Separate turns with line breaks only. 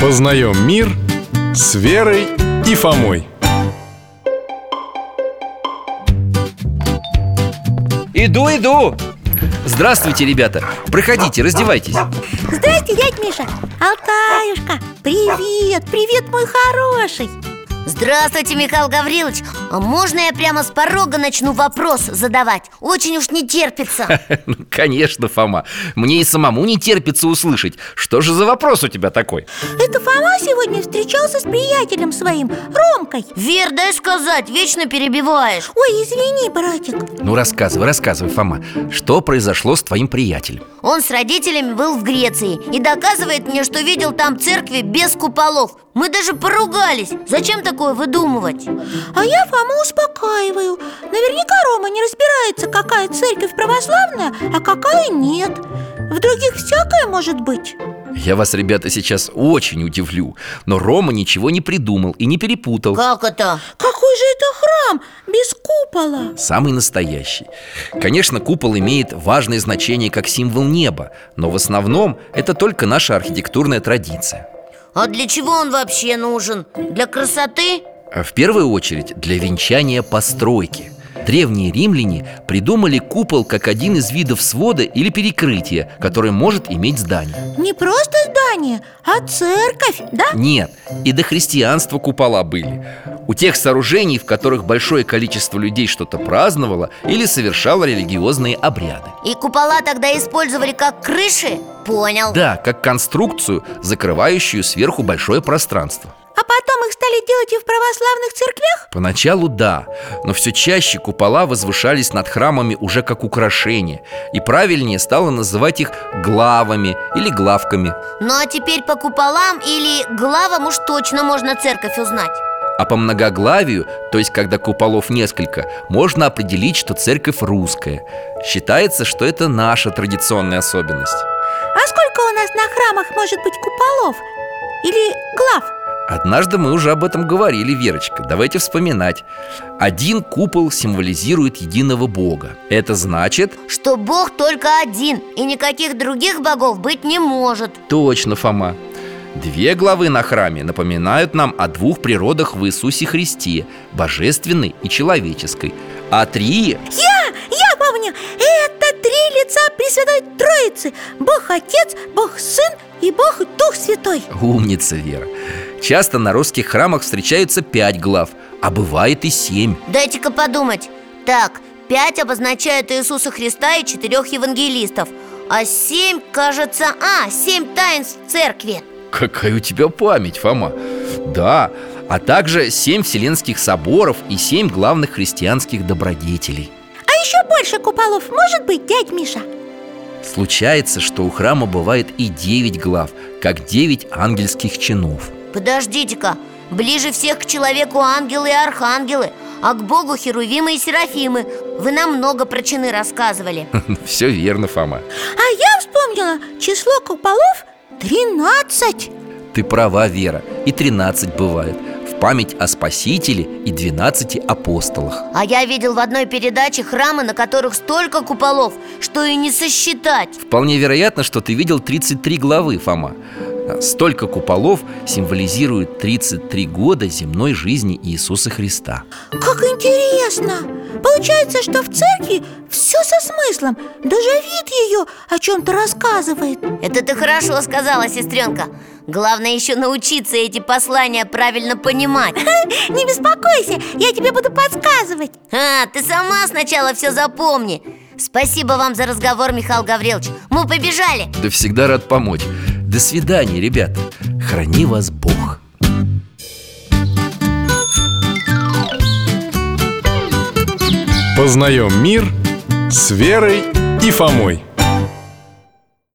Познаем мир с Верой и Фомой.
Иду, иду! Здравствуйте, ребята! Проходите, раздевайтесь
Здрасте, дядь Миша Алтаюшка, привет, привет, мой хороший
Здравствуйте, Михаил Гаврилович А можно я прямо с порога начну вопрос задавать? Очень уж не терпится
Ну, Конечно, Фома Мне и самому не терпится услышать Что же за вопрос у тебя такой?
Это Фома сегодня встречался с приятелем своим, Ромкой
Вер, дай сказать, вечно перебиваешь
Ой, извини, братик
Ну, рассказывай, рассказывай, Фома Что произошло с твоим приятелем?
Он с родителями был в Греции И доказывает мне, что видел там церкви без куполов Мы даже поругались Зачем такое выдумывать?
А я Фому успокаиваю Наверняка Рома не разбирается, какая церковь православная, а какая нет В других всякое может быть
Я вас, ребята, сейчас очень удивлю Но Рома ничего не придумал и не перепутал
Как это?
Какой же это храм без купола?
Самый настоящий Конечно, купол имеет важное значение как символ неба Но в основном это только наша архитектурная традиция
А для чего он вообще нужен? Для красоты?
А В первую очередь для венчания постройки Древние римляне придумали купол как один из видов свода или перекрытия, который может иметь здание
Не просто здание, а церковь, да?
Нет, и до христианства купола были У тех сооружений, в которых большое количество людей что-то праздновало или совершало религиозные обряды
И купола тогда использовали как крыши? Понял
Да, как конструкцию, закрывающую сверху большое пространство
А потом их стали делать и в православных церквях?
Поначалу да, но все чаще купола возвышались над храмами уже как украшения И правильнее стало называть их главами или главками
Ну а теперь по куполам или главам уж точно можно церковь узнать
А по многоглавию, то есть когда куполов несколько, можно определить, что церковь русская Считается, что это наша традиционная особенность
А сколько у нас на храмах может быть куполов? Или глав?
Однажды мы уже об этом говорили, Верочка Давайте вспоминать Один купол символизирует единого Бога Это значит,
Что Бог только один и никаких других богов быть не может
Точно, Фома Две главы на храме напоминают нам о двух природах в Иисусе Христе Божественной и человеческой А три...
Я, я помню, это три лица Пресвятой Троицы Бог Отец, Бог Сын и Бог Дух Святой
Умница, Вера Часто на русских храмах встречаются пять глав А бывает и семь
Дайте-ка подумать Так, пять обозначают Иисуса Христа и четырех евангелистов А семь, кажется... А, семь таинств в церкви
Какая у тебя память, Фома Да, а также семь вселенских соборов и семь главных христианских добродетелей
А еще больше куполов может быть, дядь Миша?
Случается, что у храма бывает и девять глав, как девять ангельских чинов
Подождите-ка Ближе всех к человеку ангелы и архангелы А к Богу херувимы и серафимы Вы нам много про чины рассказывали
Все верно, Фома
А я вспомнила, число куполов 13
Ты права, Вера, и 13 бывает В память о Спасителе и 12 апостолах
А я видел в одной передаче храмы, на которых столько куполов, что и не сосчитать
Вполне вероятно, что ты видел 33 главы, Фома Э, Столько куполов символизирует 33 года земной жизни Иисуса Христа
Как интересно! Получается, что в церкви все со смыслом Даже вид ее о чем-то рассказывает
Это ты хорошо сказала, сестренка Главное еще научиться эти послания правильно понимать
Не беспокойся, я тебе буду подсказывать
А, ты сама сначала все запомни Спасибо вам за разговор, Михаил Гаврилович Мы побежали
Да всегда рад помочь До свидания, ребята Храни вас Бог
Познаем мир с Верой и Фомой.